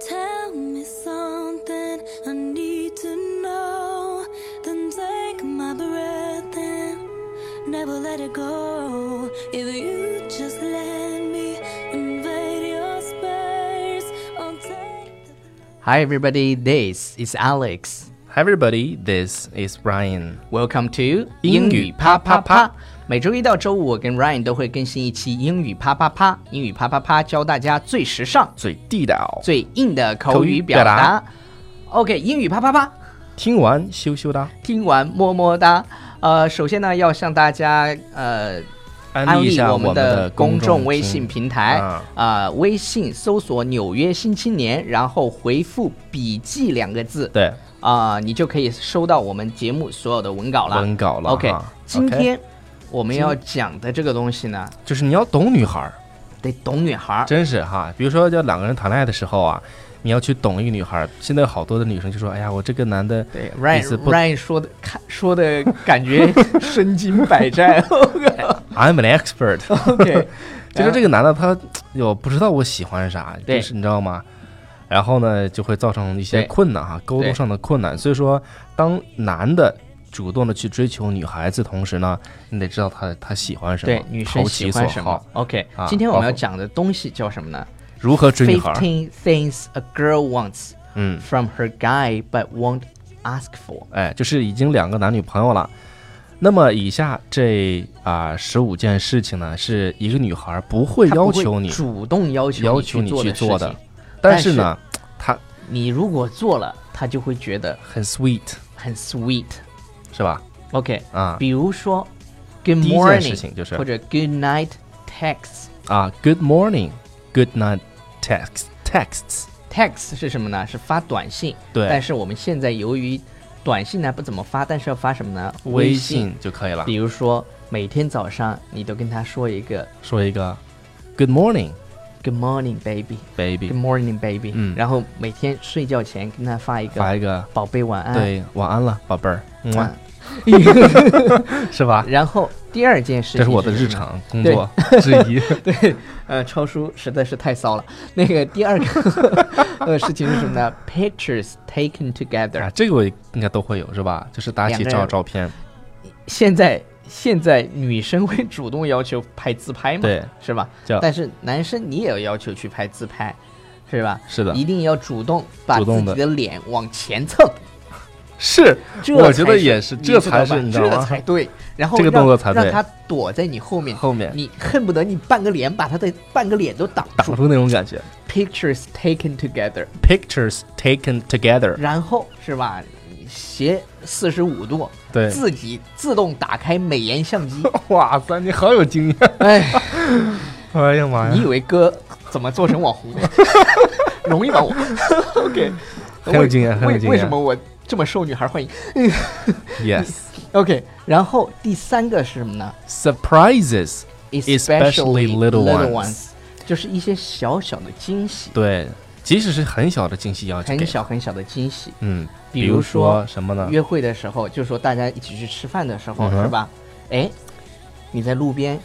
Tell me something I need to know. Then take my breath and never let it go. If you just let me invade your space, I'll take the Hi, everybody. This is Alex. Hi everybody, this is Ryan. Welcome to 英语啪啪啪。每周一到周五，我跟 Ryan 都会更新一期英语啪啪啪。英语啪啪啪，教大家最时尚、最地道，最硬的口语表口语达表。 OK，英语啪啪啪，听完羞羞哒，听完么么哒。呃，首先呢，要向大家呃安利一下我们的公众众微信平台啊，啊，微信搜索“纽约新青年”，然后回复“笔记”两个字，对啊、你就可以收到我们节目所有的文稿了。文稿了 OK，哈今 OK 天我们要讲的这个东西呢，就是你要懂女孩儿，得懂女孩儿。真是哈。比如说，就两个人谈恋爱的时候啊，你要去懂一个女孩儿。现在有好多的女生就说：“哎呀，我这个男的对意思，Ryan 不 Ryan 说的看说的感觉身经百 战。 I'm an expert， OK， 呃就是这个男的他有不知道我喜欢啥，哎对就是你知道吗？然后呢，就会造成一些对困难哈，沟通上的困难。所以说，当男的主动的去追求女孩子，同时呢，你得知道他他喜欢什么，对女生投喜其欢所什么好， ？OK，、啊今天我们要包括讲的东西叫什么呢如何追女孩儿。 ？Fifteen things a girl wants 嗯， from her guy but won't ask for。哎，就是已经两个男女朋友了。那么以下这啊十五件事情呢，是一个女孩不会她不要会求你主动要求要求你你去做的事的情，但是呢，她你如果做了，她就会觉得很 sweet，很 sweet。是吧？ OK，啊比如说 Good 第一件事 morning，情就是或者 Good night text。啊，Good morning，Good night text texts， text 是什么呢？是发短信。对但是我们现在由于短信呢不怎么发，但是要发什么呢？微信。信就可以了比。如说每天早上你都跟他说一个说一个 Good morning，baby， Good morning baby，Good morning baby，嗯然后每天睡觉前跟他发一发个一个宝贝晚安。对晚安了，宝贝儿，啊嗯，是吧？然后第二件事情，这是我的日。常工作 之一。对，呃，超叔实在是太骚了。那个第二个 呃事情是什么呢？Pictures taken 啊 together。，这个我应该都会有是吧？就是打两起个照人照片，现在现在女生会主动要求拍自拍嘛？对，是吧？叫但是男生你也有要求去拍自拍，是吧？是的一定要主动把主自动己的的脸往前蹭。是，这才我觉得也是，你这知道吧才是你知道这吗？才对。然后这个让动作才让对他躲在你后面，后面你恨不得你半个脸把他的半个脸都挡挡住。住那种感觉。 Pictures taken together。 Pictures taken together，然后是吧？斜四十五度，对自己自动打开美颜相 机。哇塞，你好有经验！哎，哎呀妈你以！为哥怎么做成网红？ 容易 吧我？OK，很有经验很有为经验为什么我这么受女孩欢迎 Yes，surprises ？OK，然后第三个是什么呢 Especially little little ones 就是一些小小的惊喜，对，即使是很小的惊喜要去很给，小很小的惊喜。嗯，比比如如说什么呢？约会的时候，就说大家一起去吃饭的时候，嗯嗯哼是吧？哎，你在路边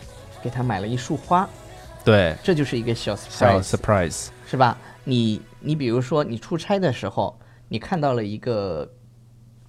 给他买了一束花，对，这就是一个小小 surprise， surprise，是吧？你你比如说你出差的时候，你看到了一个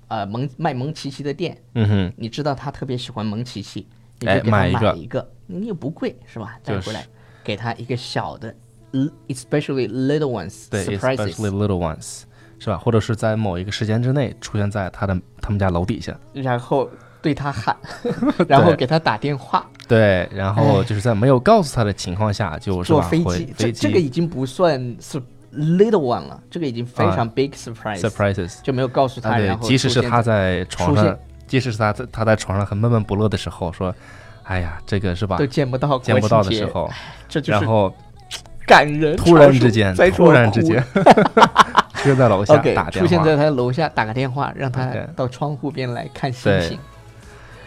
呃蒙卖蒙奇奇的店，嗯哼，你知道他特别喜欢蒙奇奇，你就哎给他买一买个一个，你又不贵是吧？带就是回来给他一个小的嗯，especially little ones 对 surprises ，especially。little ones，是吧？或者是在某一个时间之内出现在他的他们家楼底下，然后对他喊， 然后 对给他打电话，对，然后就是在没有告诉他的情况下，就是哎坐吧飞回机，这飞这个已机经不算是 little one 了，这个已经非常啊 big surprise，、 surprises，就没有告诉他，啊，对然，后即使是出现他在床出上现，即使是他在他在床上很闷闷不乐的时候，说：“哎呀，这个是吧都？见不到见不到的国庆时节，候，这就是然后感人。突然超之叔间，在突然床之哭 间，出现在楼下，OK，打电出现在话。他楼下打个电话，让他 OK 到窗户边来看星对星。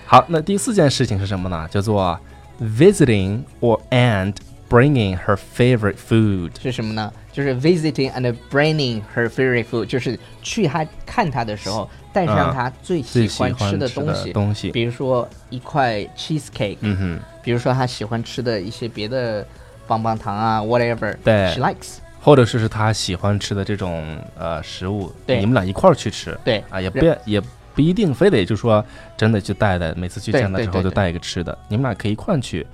好，那第四件事情是什么呢？叫做 visiting or and bringing her favorite food。是什么呢？就是 visiting and bringing her favorite food，就是去他看他的时候，带上啊他最喜最喜欢吃的吃东的西，东西比如说一块 cheesecake，嗯哼，比如说他喜欢吃的一些别的棒棒糖啊，whatever，对 she likes，或者是是他喜欢吃的这种呃食物，对你们俩一块儿去吃，对啊，也不也不一定非得就说真的去带的，每次去对见他对之后对就对带一个吃的，你们俩可以一块儿去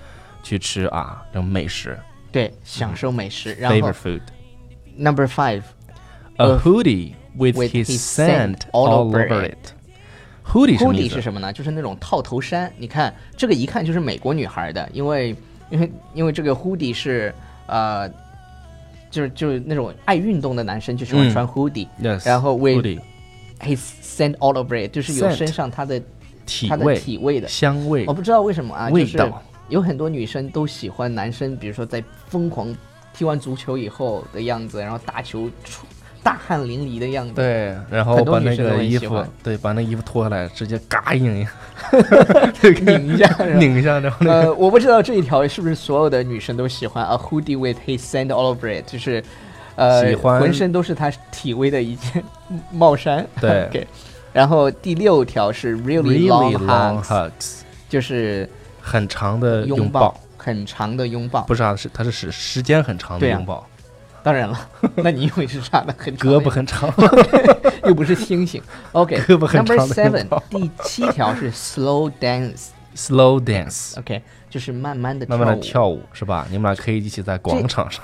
去吃啊，这种美食对，享受美食。然后嗯 favorite food。 number five， A A hoodie with, with his his scent scent all all over over it. Hoodie 什么 hoodie 意是思？什么呢？就是那种套头衫。你看这个一看就是美国女孩的，因为 因为因为这个 hoodie 是呃，就是就是那种爱运动的男生就喜欢嗯穿 hoodie，、 Yes, 然后 with hoodie his scent all over it，就是有 Scent 身上他的体他的味、体味的。香味我不知道为什么啊，味就是道有很多女生都喜欢男生，比如说在疯狂踢完足球以后的样子，然后打球出大汗淋漓的样子。对，然后很多把女那生都个很衣喜服欢，对，把那衣服脱下来，直接嘎拧一下， 拧一下是吧 拧一下，然后那个呃，我不知道这一条是不是所有的女生都喜欢啊，hoodie with his scent all over it，就是，呃，喜欢浑身都是他体味的一件帽衫。 对 OK 然后第六条是 really long really hugs， long hugs，就是很长的拥呃拥抱，很长的拥抱。不是啊，是它是时时间很长的对啊拥抱，当然 了，那你以为是啥呢？很长的胳膊很长，又不是星 星。OK，胳膊很 number 长的拥 seven，抱第七条是 slow dance。 slow dance， OK，就是慢慢的慢慢的跳舞是吧？你们俩可以一起在广这场上，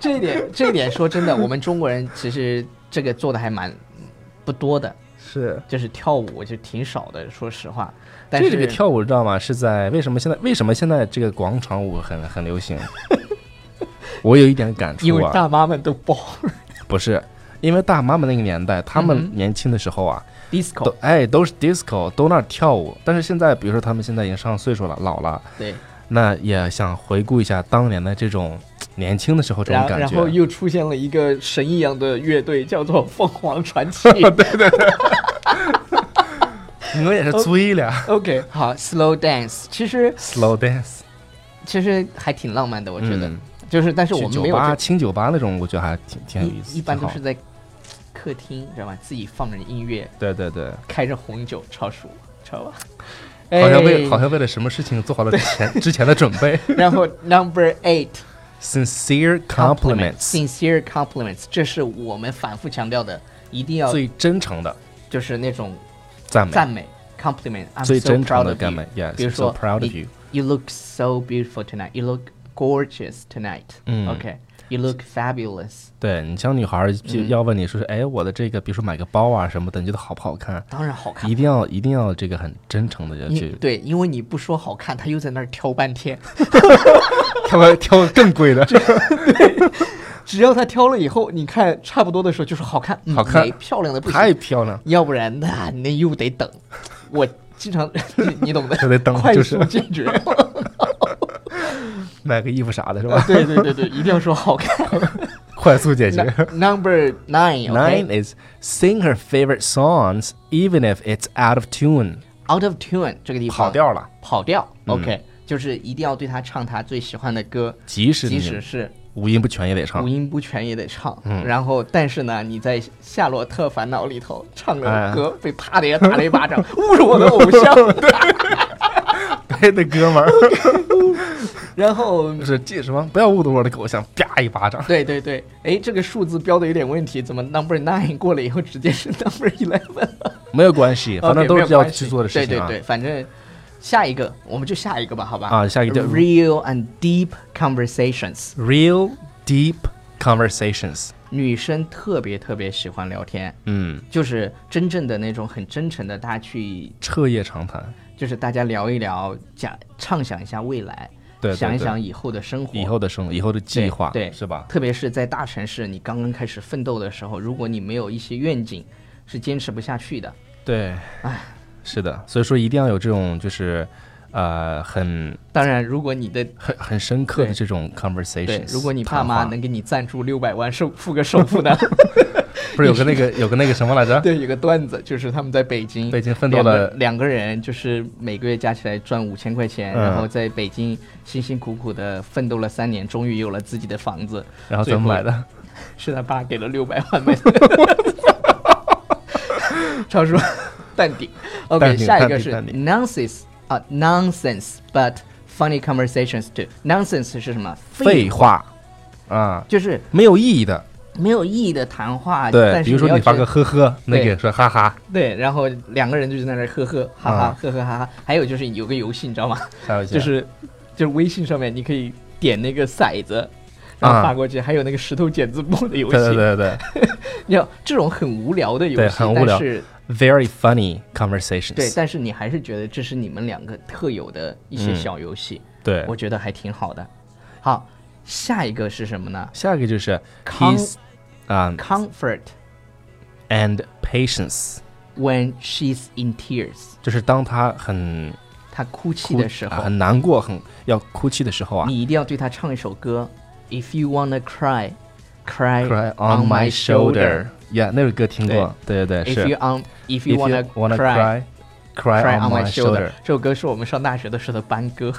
这一 点，这一点说真的，我们中国人其实这个做的还蛮不多的，是 就是跳舞就挺少的，说实话。但这是这个跳舞知道吗？是在为什么现在为什么现在这个广场舞很很流行？ 我有一点感因触为啊，大妈们都包不是因为大妈们那个年代，她嗯们哼哦年轻的时候啊，都 disco，哎都是 disco，都那儿跳舞。但是现在，比如说他们现在已经上岁数了，老了，对，那也想回顾一下当年的这种年轻的时候这种然感然后觉。啊又出现了一个神一样的乐队，叫做凤凰传 奇。我也是哦醉了 OK，好，slow dance，其实，slow dance，其实还挺浪漫的，我觉得，嗯就是但是我去们酒没有吧、这清酒吧那种，我觉得还挺挺有意思。一一般挺都好是在客厅，知道吧？自己放着音乐，对对对，开着红酒超熟，知道吧？好像为哎好像为了什么事情做好了前之前的准 备。然后 number eight Sincere compliments， sincere compliments，这是我们反复强调的，一定要最真诚的就是那种赞美，赞美 compliment。I'm 最 so 真诚 proud 的 of 赞美 you。。 Yes，比如 I'm 说 so proud of you you。 you look so beautiful tonight. You look gorgeous tonight. 嗯 OK. You look fabulous. 对你像女孩儿就要问你说是，哎，我的这个，比如说买个包啊什么的，你觉得好不好 看？当然好看一。定要一定要这个很真诚的你去对，因为你不说好看，他又在那儿挑半天。挑个挑个更贵的，只要他挑了以后，你看差不多的时候，就说好看，嗯好看美漂亮的不太行，漂亮。要不然那那又得等。我经常 你你懂的，就得等快就速是解 决。买个衣服啥的是吧？对对对对，一定要说好看。 快速解 决。 Nu- Number nine, okay? Nine is sing her favorite songs even if it's out of tune， out of tune 这个地方跑调嗯了，跑调。OK，就是一定要对他唱他最喜欢的歌，即使即你使是五音不全也得唱 五。音不全也得唱。嗯然后，但是呢，你在《夏洛特烦恼》里头唱哎了歌，被啪的也打了一巴掌， 侮辱我的偶 像。对的，哎哥们儿，然后就，是这什么不要误读我的狗像，啪一巴掌。对对对，哎，这个数字标的有点问题，怎么 number nine 过了以后直接是 number eleven 了？没有关 系，反正 OK，都没有是要关系去做的事情啊。对对对，反正下一个我们就下一个吧，好吧？啊下一个叫 real and deep conversations， Real deep conversations，女生特别特别喜欢聊天，嗯，就是真正的那种很真诚的，大家去彻夜长谈，就是大家聊一聊，讲畅想一下未来，对对想一对想以后的生活，以后的生，以后的计对划，对，是吧？特别是在大城市，你刚刚开始奋斗的时候，如果你没有一些愿景，是坚持不下去的。对，是的，所以说一定要有这种就是，呃，很当然，如果你的很很深刻的对这种 conversations 对谈，话。如果你爸妈能给你赞助六百万首付个首付 呢？不是有个那个有个那个什么来着？对，有个段子，就是他们在北京，北京奋斗两个了两个人，就是每个月加起来赚五千块钱，嗯然后在北京辛辛苦苦的奋斗了三年，终于有了自己的房子。然后最怎么后来的？是他爸给了六 百万买的。超叔，淡定。 淡 OK，定下一个淡定是淡定 nonsense 啊，nonsense but funny conversations too。nonsense 是什么？废话，啊，就是没有意义的。没有意义的谈话。对，哎但是比如说要你发觉个呵呵，那对个也说哈哈。对，然后两个人就在那儿呵呵哈哈、啊呵呵哈哈。还有就是有个游戏，你知道 吗？还有一些就是就是微信上面你可以点那个骰子。然后啊发过去，还有那个石头剪子布的游戏，对对对对你知道这种很无聊的游戏，对很无但聊是对，very funny conversations。对，但是你还是觉得这是你们两个特有的一些嗯小游戏，对我觉得还挺好的。好，下一个是什么呢下一个就是 Con- peace 啊？Comfort and patience， when she's in tears，就是当他很她哭泣哭的时啊候，很难过、很要哭泣的时候啊你一定要对她唱一首歌，If you wanna cry。Cry, ，cry on on my my shoulder. shoulder，yeah，那首歌听过，对对对 If you 是。 on, if you wanna, cry, cry cry on on my my shoulder， shoulder。这首歌是我们上大学的时候的班歌。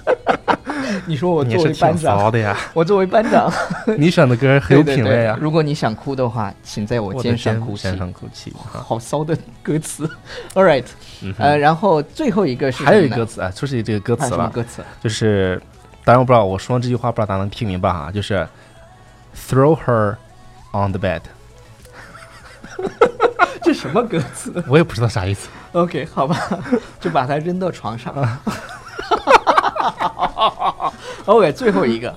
你说我你也作是为挺班长，骚的 呀，我作为班长，你选的歌很有对对品对味啊。如果你想哭的话，请在我我的肩上肩哭泣肩。上哭泣啊。好骚的歌词。All right，、嗯哼呃，然后最后一个是还有一什么个呢词啊，出现这个歌还有词什么了，歌词就是，当然我不知道我说这句话不知道大家能听明白哈，就是 throw her on the bed，这什么歌词 我也不知道啥意思。 ？OK，好吧， 就把它扔到床上。OK，最后一个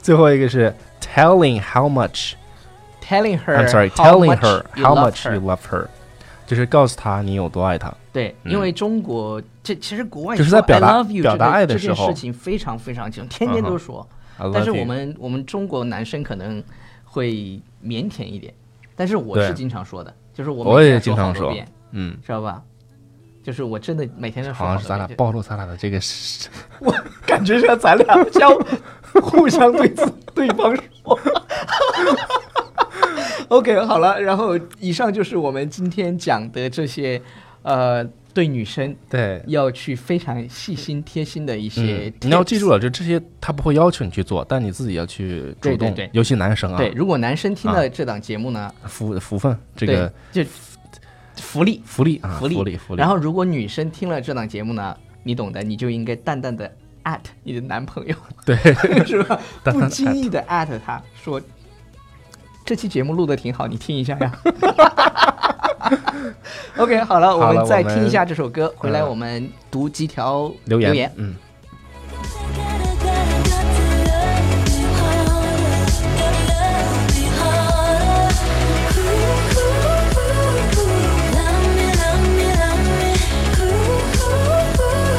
最后一个是 telling how much ，telling her I'm sorry how telling much her you how love much you love her，就是告诉她你有多爱她。对，嗯因为中国这其实国外就是说在表达 I love you 表达这个爱的时这候件事情非常非常强，天天嗯都哼说。 I love 但是 you 我们我们中国男生可能会腼腆一点，但是我对是经常说的，就是我我每也天经好常多说遍嗯，知道吧？就是我真的每天都说好像是咱俩多遍暴露咱俩的这个是我感觉像咱俩相 互相对自对方说。OK，好了，然后以上就是我们今天讲的这些，呃，对女生对。要去非常细心贴心的一些、嗯，你要记住。了，就这些他不会要求你去做，但你自己要去主对动，对对尤其男生啊，对，如果男生听啊了这档节目呢，福福分这对个就福利福利啊，福利福利福利。然后如果女生听了这档节目呢，你懂的，你就应该淡淡的 at 你的男朋友，对， 是吧？淡淡不地经意的 at 他说，这期节目录的挺好，你听一下呀。OK，好了，我好了们再我们听一下这首歌，回来嗯我们读几条留言，留言嗯， Gotta, gotta, got to love you harder. Gotta love you harder. Cool, cool, cool, cool. Love me,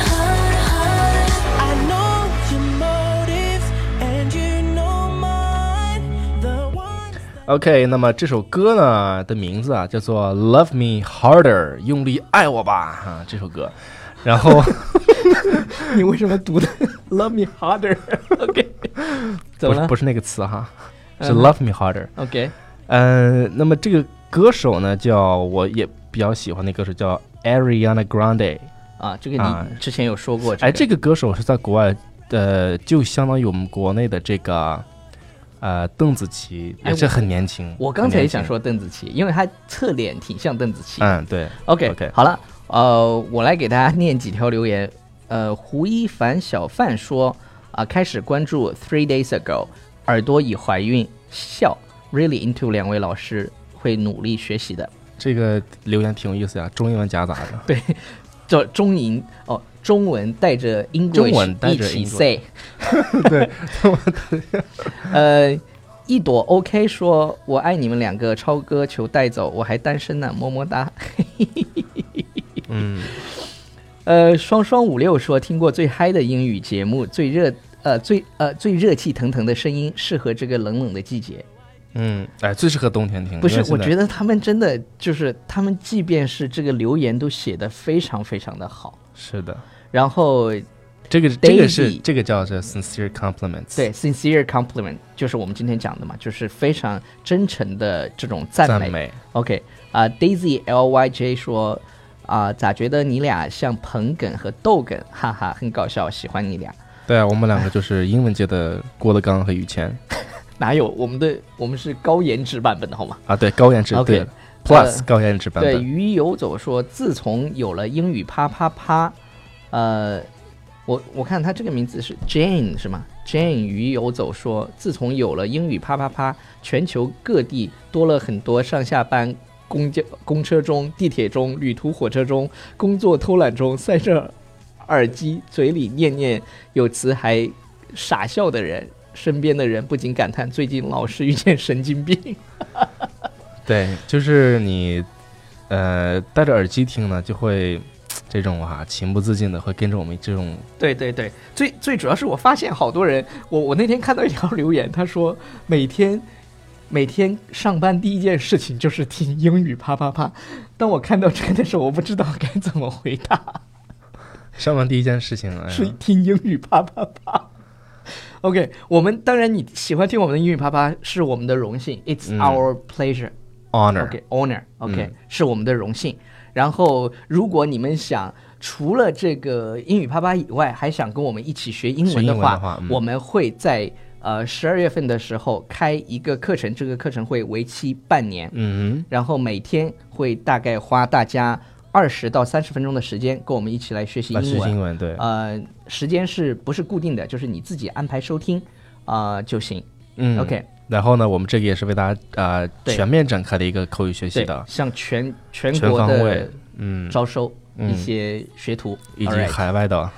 love me, love me. Cool, cool, cool, cool. Harder, harder, harder. I know your motives and you know mine. The ones OK，那么这首歌呢的名字啊叫做《Love Me Harder》，用力爱我吧啊，这首歌。然后你为什么读的 Love Me Harder？OK，怎不么是了不是那个词哈，是嗯 Love Me Harder。 ？OK，嗯，那么这个歌手呢叫我也比较喜欢的歌手叫 Ariana Grande。啊，这个啊你之前有说过，哎，这个歌手是在国外，呃，就相当于我们国内的这个呃邓紫棋，哎也是很年轻。我刚才也很年轻想，说邓紫棋，因为她侧脸挺像邓紫棋。嗯，对 OK ，OK 好了，呃，我来给大家念几条留言。呃，胡一凡小贩说啊、开始关注 Three Days Ago，耳朵已怀孕，笑，really into 两位老师会努力学习的。这个留言挺有意思呀，中英文夹杂的。 对，这中英哦，中文带着 English 中文带着一起 English say。对，呃，一朵 OK 说：“我爱你们两个，超哥求带走，我还单身呢，么么哒。” 嗯。呃，双双五六说听过最嗨的英语节目，最热呃最呃最热气腾腾的声音，适合这个冷冷的季节。嗯，哎，最适合冬天听。不是，我觉得得他们真的就是他们，即便是这个留言都写的非常非常的好。是的，然后这个这个是 Daisy 这个叫做 sincere compliments，对 sincere compliment 就是我们今天讲的嘛，就是非常真诚的这种赞赞美。OK 啊、d a i s y L Y J 说啊、咋觉得你俩像捧哏和逗哏？哈哈，很搞笑，喜欢你俩。对啊，我们两个就是英文界的郭德纲和于谦哪有我们的我们是高颜值版本的好吗？啊，对，高颜值 OK，呃对了，plus 高颜值版对，本，鱼游走说，自从有了英语啪啪啪，呃，我我看他这个名字是 Jane 是吗？Jane 鱼游走说，自从有了英语啪啪啪，全球各地多了很多上下班。公交、公车中、地铁中、旅途火车中、工作偷懒中，塞着耳机，嘴里念念有词还傻笑的人，身边的人不禁感叹：最近老是遇见神经病。对，就是你，呃，戴着耳机听呢，就会这种啊，情不自禁的会跟着我们这种对对对，最最主要是我发现好多人，我我那天看到一条留言，他说每天每天上班第一件事情就是听英语啪啪啪。当我看到这个的时候，我不知道该怎么回答，上完第一件事情，哎呀是听英语啪啪啪。OK，我们当然你喜欢听我们的英语啪啪是我们的荣幸，It's 嗯 our pleasure、 honor， OK honor OK、嗯是我们的荣幸。然后，如果你们想除了这个英语啪啪以外，还想跟我们一起学英学文英的文话，的话嗯我们会在呃十二月份的时候开一个课程，这个课程会为期半年，嗯然后每天会大概花大家二十到三十分钟的时间，跟我们一起来学习哼，来英学习英文。文，对，呃，时间是不是固定的？就是你自己安排收听啊、呃就行。嗯 OK 然后呢，我们这个也是为大家呃对全面展开的一个口语学习对的，像全全全国方的位，嗯，招收嗯一些学徒，以及 Alright 海外的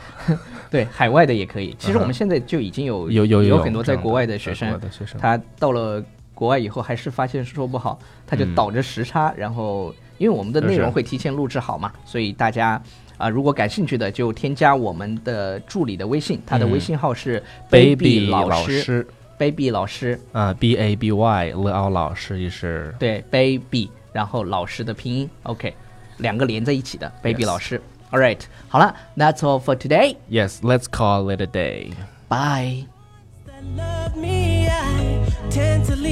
对海外的也可以。其实我嗯们哼现在就已经有有有有很多这在样国外的的学在生国外，的学生，他到了国外以后还是发现说不好，他就嗯倒着时差，然后因为我们的就是内容会提前录制好嘛，所以大家。啊、如果感兴趣的就添加我们的助理的微信，他的微嗯信号是 baby 老师师 baby 老师，啊，B A B Y 乐奥老师也是对 baby，然后老师的拼音，OK，两个连在一起的 baby Yes 老师。All right，好了，That's all for today。 ，Yes，let's call it a day。 Bye. that love me, I tend to lean